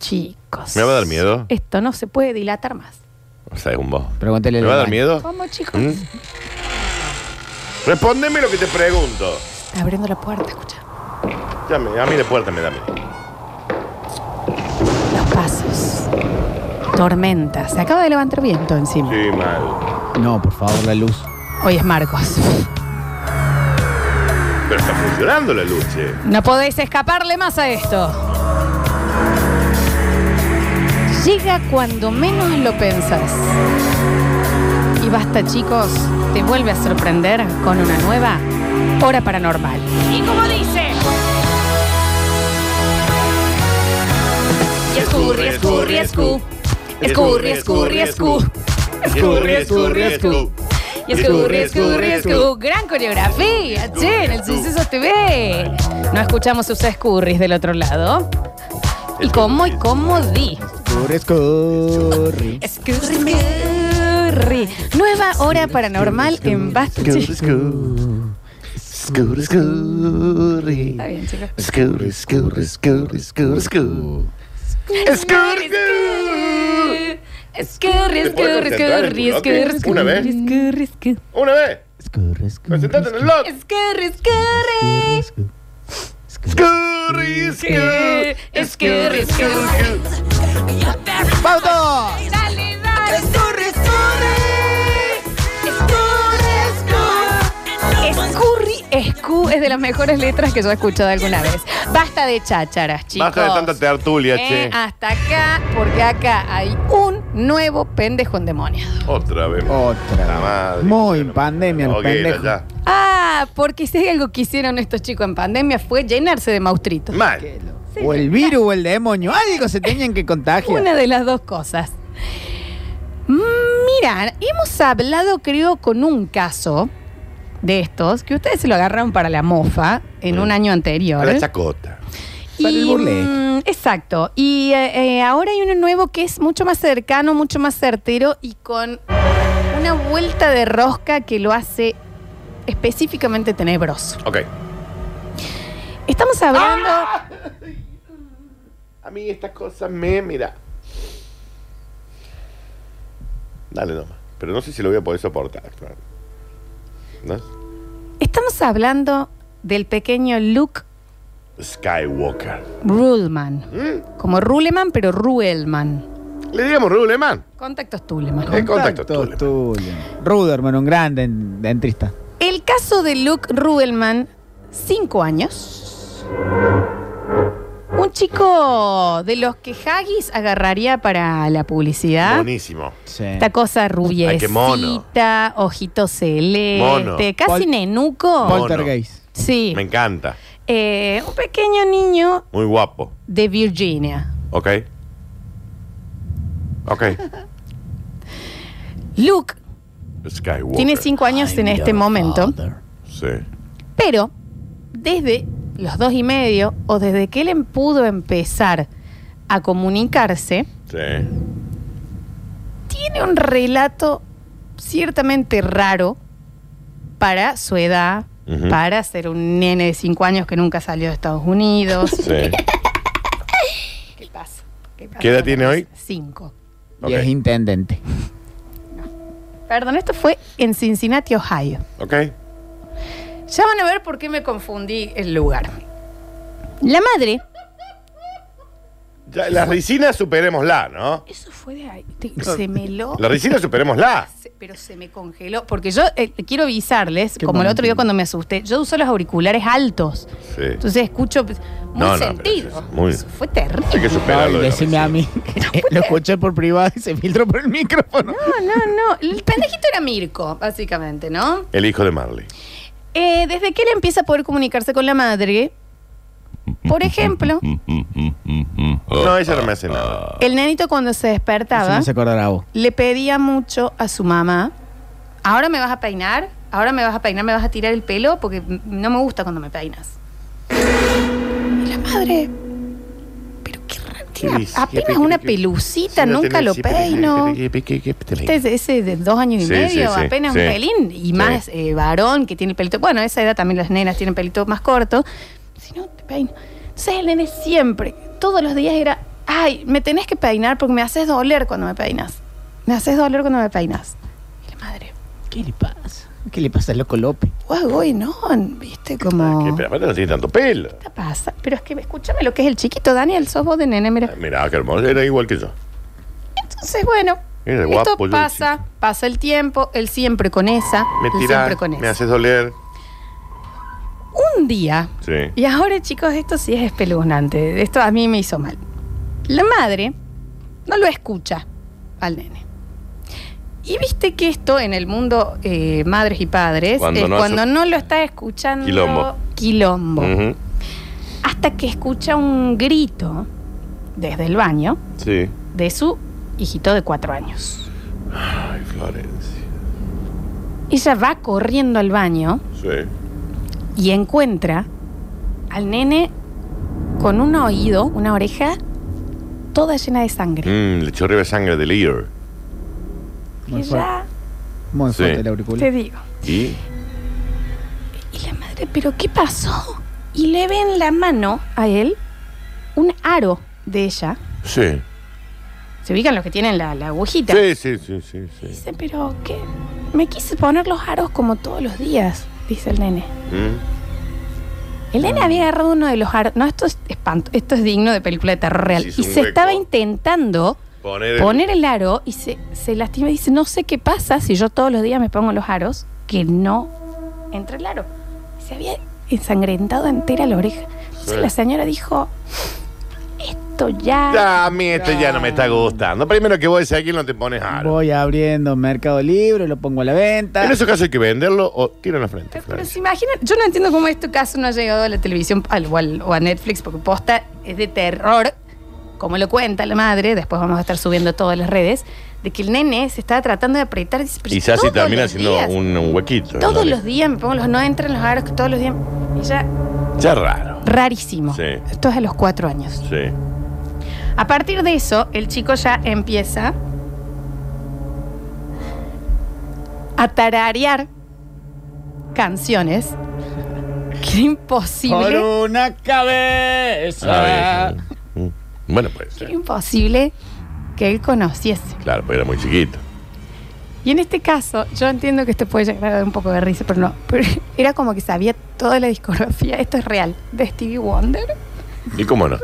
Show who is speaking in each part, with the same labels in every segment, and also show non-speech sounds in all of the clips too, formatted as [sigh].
Speaker 1: Chicos.
Speaker 2: ¿Me va a dar miedo?
Speaker 1: Esto no se puede dilatar más.
Speaker 2: O sea, es un Pues vos.
Speaker 3: Pregúntale
Speaker 2: ¿Me
Speaker 3: al
Speaker 2: va a dar
Speaker 3: baño.
Speaker 2: miedo?
Speaker 1: ¿Cómo, chicos?
Speaker 2: ¿Mm? Respóndeme lo que te pregunto.
Speaker 1: Está abriendo la puerta, escucha.
Speaker 2: Ya me- a mí de puerta me da miedo.
Speaker 1: Los pasos. Tormenta. Se acaba de levantar viento encima.
Speaker 2: Sí, mal.
Speaker 3: No, por favor, la luz.
Speaker 1: Hoy es Marcos.
Speaker 2: Pero está funcionando la luz, che.
Speaker 1: No podéis escaparle más a esto. Llega cuando menos lo pensas. Y basta, chicos, te vuelve a sorprender con una nueva hora paranormal. Y como dice. Y escurri, escurri, escu. Escurri, escurri, escu. Escurri, escurri, escu. Y escurri, escurri, escu. Gran coreografía, che, en el Sucesos TV. No escuchamos sus escurris del otro lado. Y cómo, y cómo di.
Speaker 3: Escurri, escurri.
Speaker 1: Escurri, escurri. Nueva hora paranormal en Basta. Che.
Speaker 4: Scooter, scooter.
Speaker 1: Está bien, chicos.
Speaker 4: Scooter, scooter, scooter, scooter, scooter.
Speaker 1: Escurri, escurri. Escurri,
Speaker 2: ¿Te puedes
Speaker 1: escurri,
Speaker 2: concentrar
Speaker 1: escurri,
Speaker 2: en tu bloque?
Speaker 1: escurri,
Speaker 2: ¿Una vez?
Speaker 1: escurri, escurri, escurri.
Speaker 2: Una vez.
Speaker 3: Escurri, escurri.
Speaker 2: Concentrate en el lot.
Speaker 1: Escurri, escurri.
Speaker 2: Scurry, scurry,
Speaker 1: Escurri, escurri.
Speaker 3: ¡Pauto!
Speaker 1: Dale, dale. Escurri, escurri. Escurri, escu es de las mejores letras que yo he escuchado alguna vez. Basta de chácharas, chicos.
Speaker 2: Basta de tanta tertulia,
Speaker 1: Eh,
Speaker 2: che.
Speaker 1: hasta acá, porque acá hay un nuevo pendejo endemoniado.
Speaker 2: Otra vez.
Speaker 3: Oh,
Speaker 2: La
Speaker 3: Otra.
Speaker 2: madre.
Speaker 3: Muy en pandemia, los
Speaker 2: Hoguera,
Speaker 3: pendejos.
Speaker 2: ya.
Speaker 1: Ah, porque si hay algo que hicieron estos chicos en pandemia fue llenarse de maustritos.
Speaker 2: Mal.
Speaker 3: O el virus o el demonio. Algo se tenían que contagiar.
Speaker 1: Una de las dos cosas. Mm, Mira, hemos hablado, creo, con un caso de estos que ustedes se lo agarraron para la mofa en
Speaker 2: Mm.
Speaker 1: un año anterior.
Speaker 2: A La chacota.
Speaker 3: Para el burlesque.
Speaker 1: mm, exacto. Y eh, eh, ahora hay uno nuevo que es mucho más cercano, mucho más certero y con una vuelta de rosca que lo hace específicamente tenebroso.
Speaker 2: Ok.
Speaker 1: Estamos hablando.
Speaker 2: A mí estas cosas me mira. Dale nomás. Pero no sé si lo voy a poder soportar. ¿No?
Speaker 1: Estamos hablando del pequeño Luke
Speaker 2: Skywalker.
Speaker 1: Ruleman.
Speaker 2: ¿Mm?
Speaker 1: Como Ruleman, pero Ruelman.
Speaker 2: Le digamos Ruleman.
Speaker 1: Contactos Tuleman.
Speaker 2: Eh, contacto
Speaker 3: tuyo. Ruderman, un gran den- dentrista.
Speaker 1: El caso de Luke Rudelman, 5 años. Un chico de los que Haggis agarraría para la publicidad.
Speaker 2: Buenísimo.
Speaker 3: Sí.
Speaker 1: Esta cosa
Speaker 2: Ay, qué mono.
Speaker 1: rubiecita, ojito celeste,
Speaker 2: Mono.
Speaker 1: casi
Speaker 3: Pol-
Speaker 1: nenuco.
Speaker 2: Pol-
Speaker 3: Poltergeist.
Speaker 1: sí.
Speaker 2: Me encanta.
Speaker 1: Eh, un pequeño niño
Speaker 2: Muy guapo.
Speaker 1: de Virginia.
Speaker 2: Ok. Ok.
Speaker 1: Luke
Speaker 2: Skywalker.
Speaker 1: tiene 5 años en este momento.
Speaker 2: Sí.
Speaker 1: Pero desde los dos y medio o desde que él pudo empezar a comunicarse,
Speaker 2: Sí.
Speaker 1: tiene un relato ciertamente raro para su edad,
Speaker 2: Ujú.
Speaker 1: para ser un nene de cinco años que nunca salió de Estados [laughs] Unidos.
Speaker 2: Sí.
Speaker 1: ¿Qué pasa? pasa?
Speaker 2: ¿Qué edad tiene hoy?
Speaker 1: Cinco.
Speaker 2: Ok.
Speaker 3: Y es intendente.
Speaker 1: Perdón, esto fue en Cincinnati, Ohio.
Speaker 2: Ok.
Speaker 1: Ya van a ver por qué me confundí el lugar. La madre,
Speaker 2: Ya, la ricina superémosla, ¿no?
Speaker 1: eso fue de ahí. te- Se me lo.
Speaker 2: La ricina superémosla.
Speaker 1: Se- pero se me congeló. Porque yo eh, quiero avisarles,
Speaker 3: Qué
Speaker 1: como el
Speaker 3: momento.
Speaker 1: otro día cuando me asusté, yo uso los auriculares altos.
Speaker 2: Sí.
Speaker 1: Entonces escucho pues, muy
Speaker 2: No, no,
Speaker 1: sentido.
Speaker 2: pero es muy-
Speaker 1: Eso fue
Speaker 2: Hay
Speaker 1: terrible.
Speaker 2: que
Speaker 3: Ay,
Speaker 2: superarlo. de la
Speaker 3: decime
Speaker 2: ricina. [laughs]
Speaker 3: a mí. [laughs] Eh, Lo escuché por privado y se filtró por el micrófono.
Speaker 1: No, no, no. El pendejito era Mirko, básicamente, ¿no?
Speaker 2: El hijo de Marley.
Speaker 1: Eh, desde que él empieza a poder comunicarse con la madre, por ejemplo,
Speaker 2: No, ella no me hace nada.
Speaker 1: el nenito cuando se
Speaker 3: Eso
Speaker 1: despertaba
Speaker 3: no se acordará vos.
Speaker 1: le pedía mucho a su mamá, ahora me vas a peinar, ahora me vas a peinar, me vas a tirar el pelo porque m- no me gusta cuando me peinas. Y la madre, pero qué raro, tiene
Speaker 2: dice?
Speaker 1: apenas una pelucita, nunca lo peino. Este es ese de dos años y
Speaker 2: Sí,
Speaker 1: medio,
Speaker 2: sí, sí,
Speaker 1: apenas
Speaker 2: sí.
Speaker 1: un pelín, y más eh, varón que tiene el pelito. Bueno, a esa edad también las nenas tienen pelito más corto. Si no, te peino. Entonces el nene siempre, todos los días era, ay, me tenés que peinar porque me haces doler cuando me peinas. Me haces doler cuando me peinas. Y la madre,
Speaker 3: ¿Qué le pasa? ¿Qué le pasa al loco López?
Speaker 1: wow, güey, no, viste,
Speaker 2: Que,
Speaker 1: como...
Speaker 2: pero aparte no tiene tanto pelo.
Speaker 1: ¿Qué pasa? Pero es que escúchame lo que es el chiquito, Daniel, sos vos de nene, mira.
Speaker 2: Mirá, qué hermoso. Era igual que yo.
Speaker 1: Entonces, bueno,
Speaker 2: Era
Speaker 1: esto
Speaker 2: guapo, yo
Speaker 1: pasa, pasa el tiempo, él siempre con esa,
Speaker 2: Me
Speaker 1: él
Speaker 2: tirás,
Speaker 1: siempre con
Speaker 2: me
Speaker 1: esa.
Speaker 2: haces doler.
Speaker 1: Un día,
Speaker 2: Sí.
Speaker 1: y ahora chicos, esto sí es espeluznante, esto a mí me hizo mal. La madre no lo escucha al nene. Y viste que esto en el mundo eh, madres y padres,
Speaker 2: Cuando
Speaker 1: es
Speaker 2: no
Speaker 1: cuando
Speaker 2: hace-
Speaker 1: no lo está escuchando,
Speaker 2: Quilombo.
Speaker 1: quilombo.
Speaker 2: Ujú.
Speaker 1: Hasta que escucha un grito desde el baño
Speaker 2: Sí.
Speaker 1: de su hijito de cuatro años.
Speaker 2: Ay, Florencia.
Speaker 1: Ella va corriendo al baño
Speaker 2: Sí.
Speaker 1: y encuentra al nene con un oído, una oreja, toda llena de sangre.
Speaker 2: Mm, le chorreaba sangre del ear.
Speaker 3: Muy
Speaker 1: Y ya
Speaker 3: Muy
Speaker 2: Sí.
Speaker 3: fuerte el
Speaker 1: te
Speaker 3: auricular.
Speaker 1: digo.
Speaker 2: Y
Speaker 1: Y la madre, ¿pero qué pasó? Y le ve en la mano a él un aro de ella.
Speaker 2: sí.
Speaker 1: Se ubican los que tienen la, la agujita.
Speaker 2: Sí, sí, sí, sí, sí.
Speaker 1: Dice, ¿pero qué? Me quise poner los aros como todos los días, dice el nene.
Speaker 2: Mm.
Speaker 1: El nene había agarrado uno de los aros. No, esto es espanto. Esto es digno de película de terror real.
Speaker 2: Se hizo
Speaker 1: Y
Speaker 2: un
Speaker 1: se
Speaker 2: hueco.
Speaker 1: estaba intentando
Speaker 2: Poner el-
Speaker 1: poner el aro y se, se lastima y dice, no sé qué pasa si yo todos los días me pongo los aros, que no entra el aro. Se había ensangrentado entera la oreja. Entonces
Speaker 2: Sí.
Speaker 1: la señora dijo, esto ya...
Speaker 2: Ya, a mí esto ya no me está gustando. Primero que vos aquí no te pones aro.
Speaker 3: Voy abriendo Mercado Libre, lo pongo a la venta.
Speaker 2: En esos casos hay que venderlo o tiran la frente.
Speaker 1: Pero, pero
Speaker 2: Florencia.
Speaker 1: se imaginan, yo no entiendo cómo este caso no ha llegado a la televisión al- o, al- o a Netflix, porque posta es de terror, como lo cuenta la madre, después vamos a estar subiendo a todas las redes, de que el nene se estaba tratando de apretar. y dice, "Pero
Speaker 2: Quizás si
Speaker 1: todos
Speaker 2: termina
Speaker 1: los
Speaker 2: siendo
Speaker 1: días".
Speaker 2: un, un huequito.
Speaker 1: Todos
Speaker 2: ¿no?
Speaker 1: los días me pongo los no entran los aros que todos los días. Y ya,
Speaker 2: Ya raro.
Speaker 1: rarísimo.
Speaker 2: Sí.
Speaker 1: Esto es a los cuatro años.
Speaker 2: Sí.
Speaker 1: A partir de eso, el chico ya empieza a tararear canciones. Qué
Speaker 3: Por
Speaker 1: imposible.
Speaker 3: una cabeza.
Speaker 2: Ah, bien. Mm. Bueno, pues.
Speaker 1: Qué imposible que él conociese.
Speaker 2: Claro, porque era muy chiquito.
Speaker 1: Y en este caso, yo entiendo que esto puede llegar a dar un poco de risa, pero no. Pero [laughs] era como que sabía toda la discografía. Esto es real. De Stevie Wonder.
Speaker 2: ¿Y cómo no?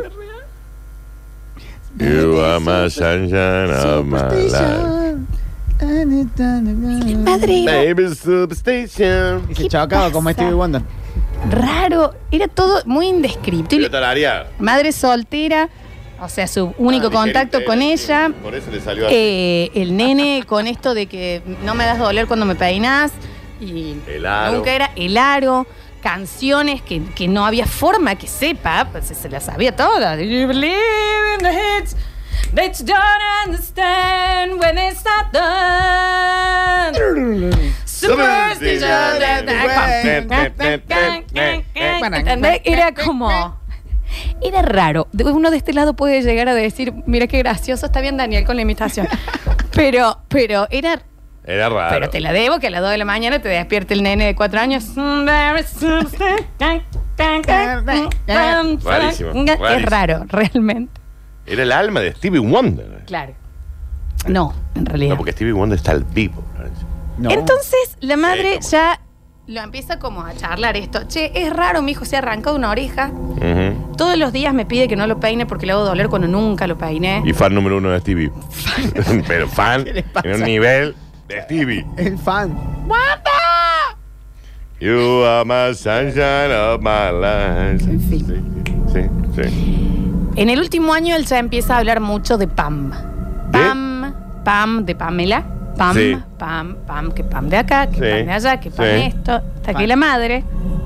Speaker 2: You are my sunshine of my life.
Speaker 1: Mi madre era
Speaker 2: Baby Substation.
Speaker 3: Y se
Speaker 1: ¿Qué
Speaker 3: chocaba
Speaker 1: pasa?
Speaker 3: como Stevie Wonder.
Speaker 1: raro. Era todo muy indescriptible.
Speaker 2: Yo tararear.
Speaker 1: Madre soltera, o sea, su único
Speaker 2: Ah,
Speaker 1: contacto
Speaker 2: ligerita
Speaker 1: con
Speaker 2: era,
Speaker 1: ella.
Speaker 2: sí. Por eso le salió así.
Speaker 1: eh, el nene con esto de que no me das doler cuando me peinas. Y
Speaker 2: El aro.
Speaker 1: nunca era el aro. Canciones que, que no había forma que sepa, pues se las sabía todas. You believe in the hits that you don't understand when it's not done. Superstition that- ¿Entendés? Era como. Era raro. De- Uno de este lado puede llegar a decir, mira qué gracioso, está bien Daniel con la imitación. Pero, pero era.
Speaker 2: Era raro.
Speaker 1: Pero te la debo que a las 2 de la mañana te despierte el nene de 4 años.
Speaker 2: Rarísimo,
Speaker 1: Es
Speaker 2: rarísimo.
Speaker 1: raro, realmente.
Speaker 2: Era el alma de Stevie Wonder.
Speaker 1: Claro. No, en realidad.
Speaker 2: No, porque Stevie Wonder está al vivo. Florencia.
Speaker 3: No.
Speaker 1: Entonces la madre
Speaker 2: cómo
Speaker 1: ya lo empieza como a charlar esto. Che, es raro, mi hijo se ha arrancado una oreja.
Speaker 2: Ujú.
Speaker 1: Todos los días me pide que no lo peine porque le hago doler cuando nunca lo peiné.
Speaker 2: Y fan número uno de Stevie. [laughs] Pero fan
Speaker 3: ¿Qué le pasa?
Speaker 2: en un nivel de Stevie.
Speaker 3: El fan.
Speaker 2: You are my sunshine of my life. Sí, sí, sí.
Speaker 1: En el último año él ya empieza a hablar mucho de Pam. Pam, Pam de Pamela. Pam,
Speaker 2: Sí.
Speaker 1: Pam, Pam, que Pam de acá, que
Speaker 2: Sí.
Speaker 1: Pam de allá, que Pam
Speaker 2: Sí.
Speaker 1: esto. Hasta que
Speaker 3: Pam.
Speaker 1: la madre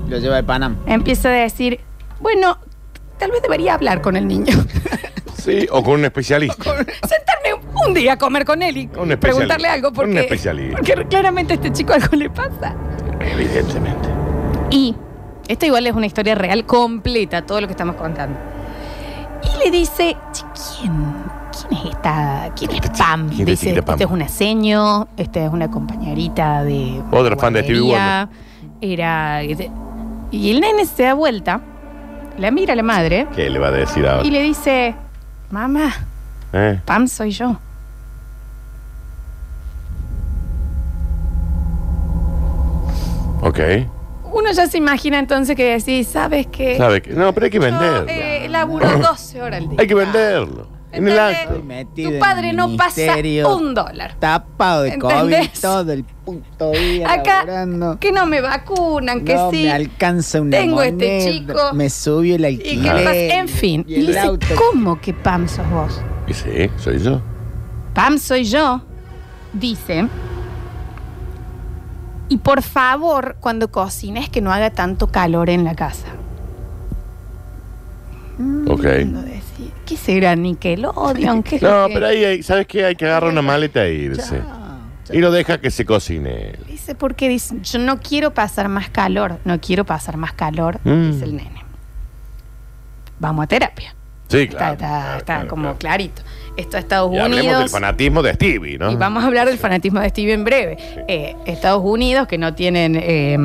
Speaker 3: Lo lleva de Panam.
Speaker 1: empieza a decir, bueno, tal vez debería hablar con el niño. [laughs]
Speaker 2: Sí, o con un especialista.
Speaker 1: Sentarme un- un día a comer con él y
Speaker 2: Un especialista.
Speaker 1: preguntarle algo porque,
Speaker 2: Un especialista.
Speaker 1: porque claramente a este chico algo le pasa.
Speaker 2: Evidentemente.
Speaker 1: Y esta igual es una historia real completa, todo lo que estamos contando. Y le dice, "Che, ¿quién? ¿Quién es esta? ¿Quién es Pam?
Speaker 2: ¿Quién es
Speaker 1: dice,
Speaker 2: esta Pam?
Speaker 1: este es un aseño, esta es una compañerita de...
Speaker 2: Otra fan de Stevie
Speaker 1: guardería". Era... Y el nene se da vuelta, la mira la madre
Speaker 2: ¿Qué le va a decir
Speaker 1: y
Speaker 2: ahora?
Speaker 1: le dice, Mamá,
Speaker 2: ¿Eh?
Speaker 1: Pam soy yo.
Speaker 2: Ok.
Speaker 1: Eh, Uno ya se imagina entonces que decís, ¿sabes qué?
Speaker 2: ¿Sabe qué? No, pero hay que
Speaker 1: Yo,
Speaker 2: venderlo.
Speaker 1: eh, laburo 12 horas al día.
Speaker 2: Hay que venderlo. En el
Speaker 1: ¿Entendés?
Speaker 2: acto.
Speaker 3: Metido en
Speaker 1: Tu
Speaker 3: el
Speaker 1: padre no pasa
Speaker 3: ministerio,
Speaker 1: un dólar.
Speaker 3: Tapado de
Speaker 1: ¿Entendés?
Speaker 3: COVID todo el puto día
Speaker 1: Acá,
Speaker 3: laburando.
Speaker 1: que no me vacunan, que
Speaker 3: no
Speaker 1: sí.
Speaker 3: me alcanza una
Speaker 1: tengo este
Speaker 3: moneda,
Speaker 1: chico.
Speaker 3: Me subió el alquiler.
Speaker 1: ¿Y qué pasa? En fin.
Speaker 3: Y
Speaker 1: Y
Speaker 3: el
Speaker 1: dice,
Speaker 3: auto.
Speaker 1: ¿cómo que Pam sos vos?
Speaker 2: Y sí, soy yo.
Speaker 1: Pam soy yo, dice. Y por favor, cuando cocines, que no haga tanto calor en la casa.
Speaker 2: Ok.
Speaker 1: Cuando decís, ¿Qué será
Speaker 2: [laughs]
Speaker 1: Nickelodeon? ¿Qué es lo
Speaker 2: No,
Speaker 1: que-
Speaker 2: pero ahí, hay- ¿sabes qué? Hay que agarrar una maleta e irse.
Speaker 3: Ah.
Speaker 2: Y lo deja que se cocine. él.
Speaker 1: Dice, porque dice, yo no quiero pasar más calor, no quiero pasar más calor,
Speaker 2: Mm.
Speaker 1: dice el nene. Vamos a terapia.
Speaker 2: Sí,
Speaker 1: Está,
Speaker 2: claro.
Speaker 1: está,
Speaker 2: claro,
Speaker 1: está
Speaker 2: claro,
Speaker 1: como
Speaker 2: claro.
Speaker 1: clarito. Esto es Estados
Speaker 2: Y hablemos del
Speaker 1: Unidos.
Speaker 2: fanatismo de Stevie, ¿no?
Speaker 1: Y vamos a hablar del fanatismo de Steve en breve. Eh, Estados Unidos, que no tienen eh,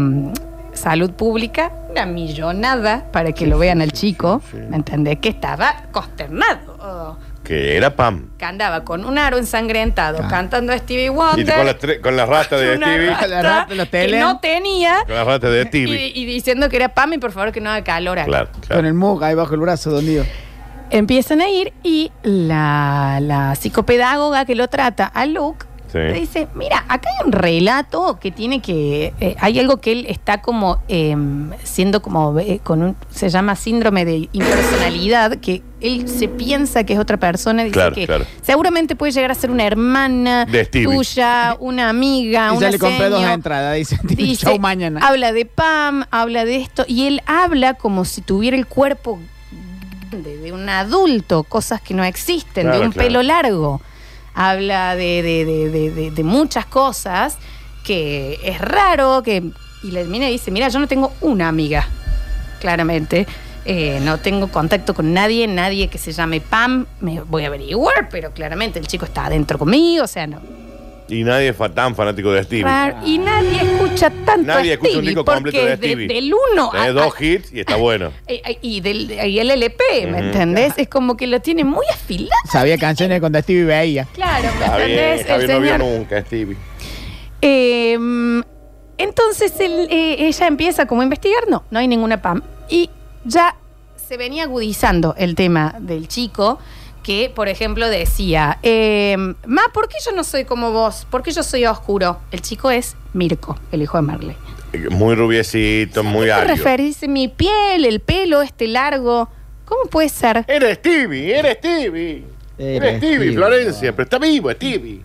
Speaker 1: salud pública, una millonada para que lo vean al chico,
Speaker 2: sí, sí.
Speaker 1: ¿me entendés? Que estaba consternado. oh,
Speaker 2: Que era Pam.
Speaker 1: que andaba con un aro ensangrentado cantando a Stevie
Speaker 2: Ah. Y
Speaker 1: Wonder.
Speaker 2: con las, tre- con las ratas
Speaker 1: [laughs]
Speaker 2: de
Speaker 1: una
Speaker 2: Stevie. Ah,
Speaker 1: rata
Speaker 3: La rata, los
Speaker 1: que
Speaker 3: telen.
Speaker 1: no tenía.
Speaker 2: Con las ratas de
Speaker 1: Y,
Speaker 2: Stevie.
Speaker 1: y diciendo que era Pam y por favor que no haga calor acá.
Speaker 2: Claro,
Speaker 3: Con
Speaker 2: claro.
Speaker 3: el mug ahí bajo el brazo, don Diego.
Speaker 1: Empiezan a ir y la, la psicopedagoga que lo trata a Luke
Speaker 2: Sí.
Speaker 1: le dice, mira, acá hay un relato que tiene que, eh, hay algo que él está como em, siendo como, eh, con un, se llama síndrome de impersonalidad, que él se piensa que es otra persona, dice
Speaker 2: Claro,
Speaker 1: que
Speaker 2: claro.
Speaker 1: seguramente puede llegar a ser una hermana
Speaker 2: De Stevie.
Speaker 1: tuya, una amiga,
Speaker 3: Y
Speaker 1: una
Speaker 3: ya le compré dos
Speaker 1: seño".
Speaker 3: entradas, dice. [laughs]
Speaker 1: [laughs]
Speaker 3: Tiene
Speaker 1: Dice,
Speaker 3: show mañana.
Speaker 1: Habla de Pam, habla de esto, y él habla como si tuviera el cuerpo de, de un adulto, cosas que no existen, de
Speaker 2: Claro,
Speaker 1: un
Speaker 2: claro.
Speaker 1: pelo largo. Habla de, de- de- de- de- de muchas cosas que es raro, que. Y la mina dice, mira, yo no tengo una amiga, claramente. eh, no tengo contacto con nadie, nadie que se llame Pam, me voy a averiguar, pero claramente el chico está adentro conmigo, o sea, no.
Speaker 2: Y nadie es fa- tan fanático de Stevie.
Speaker 1: Raro. Y nadie escucha tanto
Speaker 2: Nadie
Speaker 1: a
Speaker 2: escucha un
Speaker 1: Stevie,
Speaker 2: disco
Speaker 1: porque
Speaker 2: completo de Stevie.
Speaker 1: del 1
Speaker 2: Tenés dos hits y
Speaker 1: [laughs]
Speaker 2: está bueno.
Speaker 1: eh, y del y el LP, ¿me
Speaker 2: Ujú.
Speaker 1: entendés? Es como que lo tiene muy afilado.
Speaker 3: Sabía canciones cuando Stevie veía.
Speaker 1: Claro, ¿me
Speaker 2: Está bien,
Speaker 1: entendés? El
Speaker 2: Javier no vio
Speaker 1: señor-
Speaker 2: nunca Stevie.
Speaker 1: Eh, entonces él, eh, ella empieza como a investigar, no, no hay ninguna PAM. Y ya se venía agudizando el tema del chico que, por ejemplo, decía, eh, Ma, ¿por qué yo no soy como vos? ¿Por qué yo soy oscuro? El chico es Mirko, el hijo de Marley.
Speaker 2: Muy rubiecito, muy
Speaker 1: ¿Qué
Speaker 2: alto.
Speaker 1: referirse mi piel, el pelo este largo? ¿Cómo puede ser?
Speaker 2: Era Stevie, era Stevie. Era,
Speaker 3: Era
Speaker 2: Stevie,
Speaker 3: Stevie.
Speaker 2: Florencia, pero está vivo Stevie.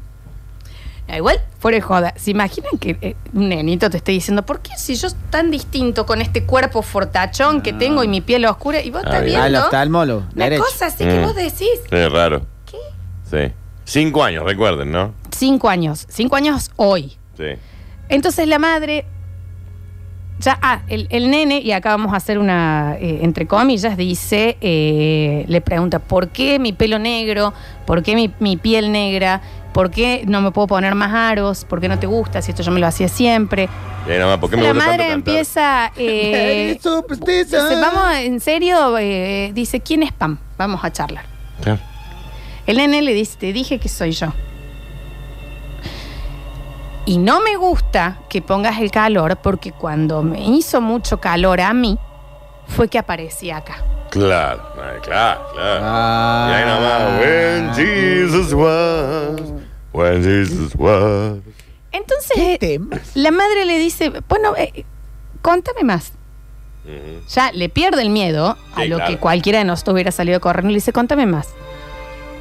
Speaker 1: Ah, Igual, fuera de joda. ¿Se imaginan que eh, un nenito te esté diciendo, ¿por qué si yo tan distinto con este cuerpo fortachón que tengo y mi piel oscura y vos
Speaker 2: Ah,
Speaker 1: estás
Speaker 2: bien.
Speaker 1: viendo?
Speaker 3: Al oftalmólogo.
Speaker 1: Una
Speaker 3: derecho.
Speaker 1: cosa así que
Speaker 2: Mm.
Speaker 1: vos decís.
Speaker 2: Es raro.
Speaker 1: ¿Qué?
Speaker 2: Sí. Cinco años, recuerden, ¿no?
Speaker 1: Cinco años. Cinco años hoy.
Speaker 2: Sí.
Speaker 1: Entonces la madre. Ya, ah, el, el nene, y acá vamos a hacer una, eh, entre comillas, dice, eh, le pregunta, ¿por qué mi pelo negro? ¿Por qué mi, mi piel negra? ¿Por qué no me puedo poner más aros? ¿Por qué no te gusta? Si esto yo me lo hacía siempre.
Speaker 2: Y ahí nomás, ¿por qué me
Speaker 1: la
Speaker 2: gusta
Speaker 1: madre
Speaker 2: tanto cantar? [laughs]
Speaker 1: empieza,
Speaker 3: [laughs]
Speaker 1: eh, dice, vamos, en serio, eh, dice, ¿quién es Pam? Vamos a charlar.
Speaker 2: Claro.
Speaker 1: El nene le dice, te dije que soy yo. Y no me gusta que pongas el calor porque cuando me hizo mucho calor a mí, fue que aparecí acá.
Speaker 2: Claro, ay, claro, claro.
Speaker 3: Ah.
Speaker 2: Y ahí nomás, when Jesus was, when Jesus was.
Speaker 1: Entonces,
Speaker 3: ¿Qué
Speaker 1: eh,
Speaker 3: temas?
Speaker 1: la madre le dice, bueno, eh, contame más.
Speaker 2: Ujú.
Speaker 1: Ya le pierde el miedo a
Speaker 2: Sí,
Speaker 1: lo
Speaker 2: claro.
Speaker 1: que cualquiera de nosotros hubiera salido corriendo. Le dice, contame más.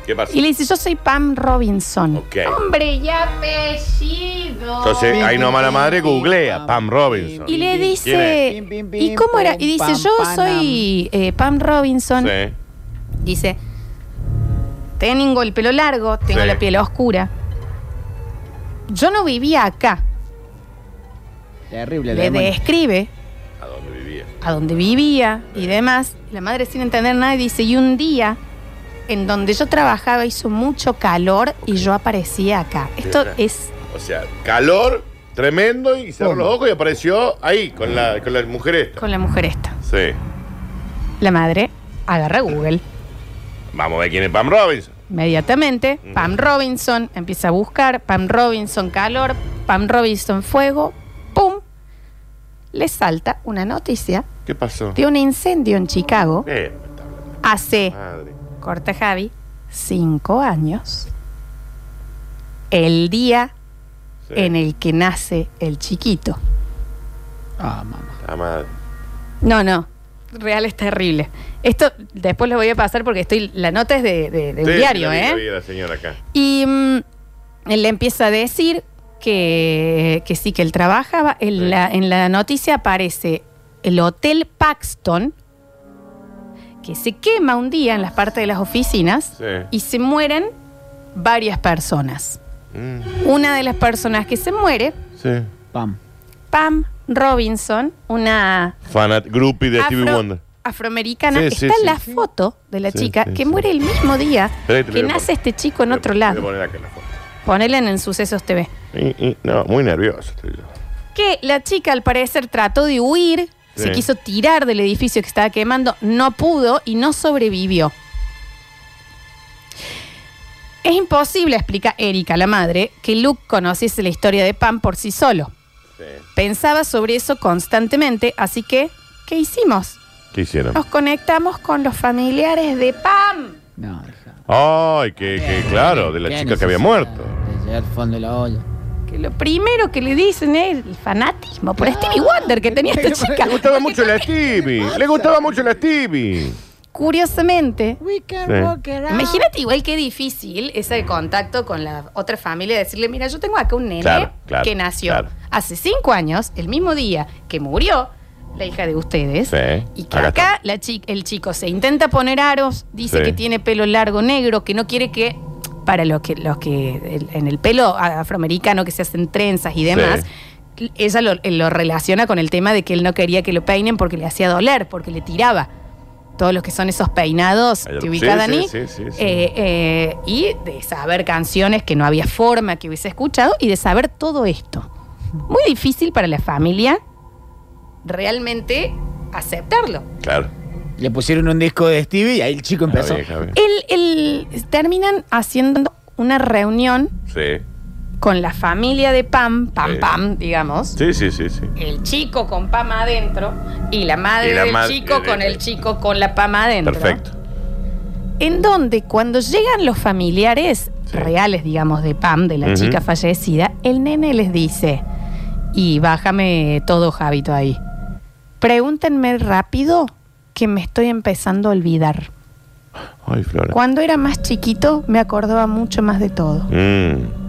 Speaker 2: ¿Qué pasa?
Speaker 1: Y le dice, yo soy Pam Robinson.
Speaker 2: Ok.
Speaker 1: Hombre y apellido.
Speaker 2: Entonces, ahí nomás la madre googlea Pam Robinson.
Speaker 1: y le
Speaker 2: ¿Quién
Speaker 1: dice,
Speaker 2: es?
Speaker 3: Pim, pim, pim,
Speaker 1: ¿y cómo era?
Speaker 3: pum,
Speaker 1: Y dice,
Speaker 3: pam,
Speaker 1: yo
Speaker 3: panam.
Speaker 1: soy eh, Pam Robinson.
Speaker 2: Sí.
Speaker 1: Dice, tengo el pelo largo, tengo
Speaker 2: Sí.
Speaker 1: la piel oscura. Yo no vivía acá.
Speaker 3: Terrible,
Speaker 1: Le
Speaker 3: demonio.
Speaker 1: describe
Speaker 2: ¿A dónde vivía?
Speaker 1: a dónde vivía y demás. La madre sin entender nada dice, y un día en donde yo trabajaba hizo mucho calor y
Speaker 2: Ok.
Speaker 1: yo aparecía acá. Esto
Speaker 2: Mira.
Speaker 1: es
Speaker 2: O sea, calor tremendo y cerró
Speaker 3: ¿Cómo?
Speaker 2: los ojos y apareció ahí con la, con la mujer esta.
Speaker 1: con la mujer esta.
Speaker 2: Sí.
Speaker 1: La madre agarra Google.
Speaker 2: Vamos a ver quién es Pam Robinson.
Speaker 1: Inmediatamente,
Speaker 2: Mm.
Speaker 1: Pam Robinson empieza a buscar, Pam Robinson calor, Pam Robinson fuego, ¡pum! Le salta una noticia
Speaker 2: ¿Qué pasó?
Speaker 1: de un incendio en Chicago
Speaker 2: Eh, me está hablando,
Speaker 1: hace,
Speaker 2: madre.
Speaker 1: corta Javi, cinco años, el día
Speaker 2: Sí.
Speaker 1: en el que nace el chiquito.
Speaker 3: Ah, mamá.
Speaker 2: La madre.
Speaker 1: No, no, real es terrible. Esto después lo voy a pasar porque estoy, la nota es de, de- de un
Speaker 2: Sí,
Speaker 1: diario,
Speaker 2: la vi, la
Speaker 1: ¿eh?
Speaker 2: vi a la señora acá.
Speaker 1: Y mm, él le empieza a decir que, que sí, que él trabajaba. En,
Speaker 2: Sí.
Speaker 1: la, en la noticia aparece el Hotel Paxton, que se quema un día en las partes de las oficinas
Speaker 2: Sí.
Speaker 1: y se mueren varias personas.
Speaker 2: Mm,
Speaker 1: Una de las personas que se muere,
Speaker 2: sí.
Speaker 3: Pam.
Speaker 1: Pam Robinson, una
Speaker 2: Fanat groupie de Stevie
Speaker 1: afro-
Speaker 2: Wonder.
Speaker 1: afroamericana,
Speaker 2: Sí, sí,
Speaker 1: está
Speaker 2: sí,
Speaker 1: la
Speaker 2: sí.
Speaker 1: foto de la
Speaker 2: Sí,
Speaker 1: chica
Speaker 2: sí,
Speaker 1: que
Speaker 2: sí.
Speaker 1: muere el mismo día
Speaker 2: Espera que
Speaker 1: que
Speaker 2: te voy a
Speaker 1: nace
Speaker 2: poner.
Speaker 1: este chico en
Speaker 2: Voy a-
Speaker 1: otro
Speaker 2: Voy a
Speaker 1: lado.
Speaker 2: poner acá la foto.
Speaker 1: Ponela en Sucesos TV.
Speaker 2: Y- y- no, muy nervioso estoy yo.
Speaker 1: que la chica al parecer trató de huir,
Speaker 2: Sí.
Speaker 1: se quiso tirar del edificio que estaba quemando, no pudo y no sobrevivió. Es imposible, explica Erika, la madre, que Luke conociese la historia de Pam por sí solo.
Speaker 2: Sí.
Speaker 1: Pensaba sobre eso constantemente, así que, ¿qué hicimos?
Speaker 2: ¿Qué hicieron?
Speaker 1: Nos conectamos con los familiares de Pam.
Speaker 5: No, hija.
Speaker 2: Ay, que, que claro, de la
Speaker 5: ¿Qué
Speaker 2: chica que había
Speaker 5: necesidad
Speaker 2: muerto.
Speaker 5: de llegar al fondo de la olla.
Speaker 1: Que lo primero que le dicen es el fanatismo por Stevie Wonder que tenía esta chica.
Speaker 2: Le Ah, gustaba mucho la Stevie. Le gustaba mucho la Stevie.
Speaker 1: Curiosamente,
Speaker 2: Sí.
Speaker 1: Imagínate igual qué difícil ese contacto con la otra familia, decirle, mira, yo tengo acá un nene
Speaker 2: Claro, claro,
Speaker 1: que nació
Speaker 2: claro.
Speaker 1: hace cinco años, el mismo día que murió la hija de ustedes,
Speaker 2: Sí,
Speaker 1: y que
Speaker 2: acá
Speaker 1: acá,
Speaker 2: está.
Speaker 1: la chi- el chico se intenta poner aros, dice
Speaker 2: Sí.
Speaker 1: que tiene pelo largo negro, que no quiere que, para los que, los que el- en el pelo afroamericano que se hacen trenzas y demás, ella lo, lo relaciona con el tema de que él no quería que lo peinen porque le hacía doler, porque le tiraba. Todos los que son esos peinados,
Speaker 2: Ayer-
Speaker 1: ¿te ubicás,
Speaker 2: sí,
Speaker 1: Dani?
Speaker 2: sí, sí, sí, sí.
Speaker 1: Eh, eh, y de saber canciones que no había forma que hubiese escuchado y de saber todo esto. Muy difícil para la familia realmente aceptarlo.
Speaker 2: Claro.
Speaker 3: Le pusieron un disco de Stevie y ahí el chico empezó.
Speaker 2: Ah, bien, Javi.
Speaker 1: El- el- terminan haciendo una reunión
Speaker 2: Sí.
Speaker 1: con la familia de Pam, Pam
Speaker 2: Sí.
Speaker 1: Pam, digamos.
Speaker 2: Sí, sí, sí, sí.
Speaker 1: El chico con Pam adentro y la madre
Speaker 2: Y la
Speaker 1: del
Speaker 2: ma-
Speaker 1: chico
Speaker 2: eh,
Speaker 1: con
Speaker 2: eh,
Speaker 1: el chico con la Pam adentro.
Speaker 2: Perfecto.
Speaker 1: En donde cuando llegan los familiares
Speaker 2: Sí.
Speaker 1: reales, digamos, de Pam, de la
Speaker 2: Ujú.
Speaker 1: chica fallecida, el nene les dice, y bájame todo, Javito, ahí. Pregúntenme rápido que me estoy empezando a olvidar.
Speaker 2: Ay, Flora.
Speaker 1: Cuando era más chiquito me acordaba mucho más de todo.
Speaker 2: Mm,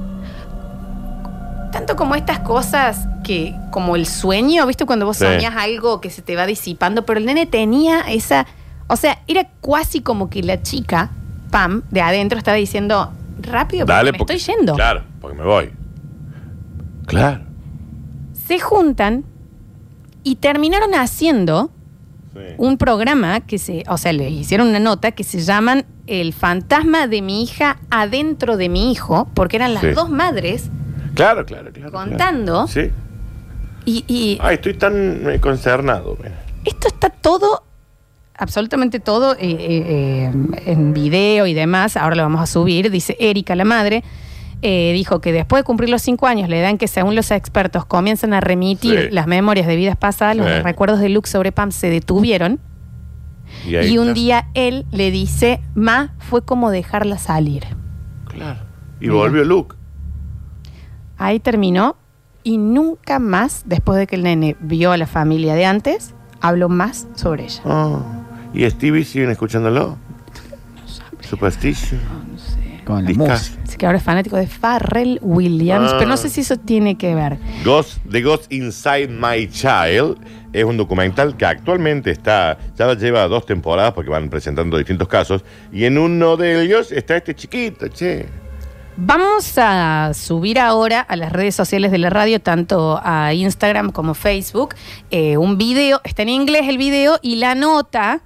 Speaker 1: Tanto como estas cosas que, como el sueño, ¿viste? Cuando vos
Speaker 2: Sí.
Speaker 1: soñás algo que se te va disipando, pero el nene tenía esa. O sea, era casi como que la chica, Pam, de adentro estaba diciendo, rápido, porque
Speaker 2: Dale,
Speaker 1: me
Speaker 2: porque-
Speaker 1: estoy yendo.
Speaker 2: Claro, porque me voy. Claro.
Speaker 1: Se juntan y terminaron haciendo
Speaker 2: Sí.
Speaker 1: un programa que se. O sea, le hicieron una nota que se llaman El fantasma de mi hija adentro de mi hijo, porque eran las
Speaker 2: Sí.
Speaker 1: dos madres
Speaker 2: Claro, claro, claro.
Speaker 1: Contando.
Speaker 2: claro. Sí.
Speaker 1: y- y
Speaker 2: Ay, estoy tan eh, concernado. mira.
Speaker 1: Esto está todo, absolutamente todo, eh, eh, eh, en video y demás. Ahora lo vamos a subir. Dice Erika, la madre, eh, dijo que después de cumplir los cinco años, la edad en que, según los expertos, comienzan a remitir
Speaker 2: Sí.
Speaker 1: las memorias de vidas pasadas,
Speaker 2: Sí.
Speaker 1: los recuerdos de Luke sobre Pam se detuvieron.
Speaker 2: Y, ahí
Speaker 1: y un
Speaker 2: está.
Speaker 1: día él le dice, Ma, fue como dejarla salir.
Speaker 2: Claro. Y volvió Luke.
Speaker 1: Ahí terminó. Y nunca más, después de que el nene vio a la familia de antes, habló más sobre ella.
Speaker 2: Oh, ¿Y Stevie siguen escuchándolo? Superstition.
Speaker 3: Con la música.
Speaker 2: Discas.
Speaker 1: Así que ahora es fanático de Farrell Williams,
Speaker 2: Ah.
Speaker 1: pero no sé si eso tiene que ver.
Speaker 2: Ghost, The Ghost Inside My Child es un documental que actualmente está, ya lleva dos temporadas porque van presentando distintos casos. Y en uno de ellos está este chiquito, che.
Speaker 1: Vamos a subir ahora a las redes sociales de la radio, tanto a Instagram como Facebook, eh, un video, está en inglés el video y la nota,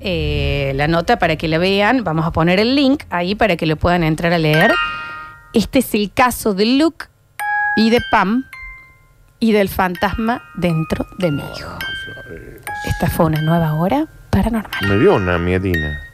Speaker 1: eh, la nota para que la vean, vamos a poner el link ahí para que lo puedan entrar a leer. Este es el caso de Luke y de Pam y del fantasma dentro de mi hijo. Esta fue una nueva hora paranormal.
Speaker 2: Me dio una miedina.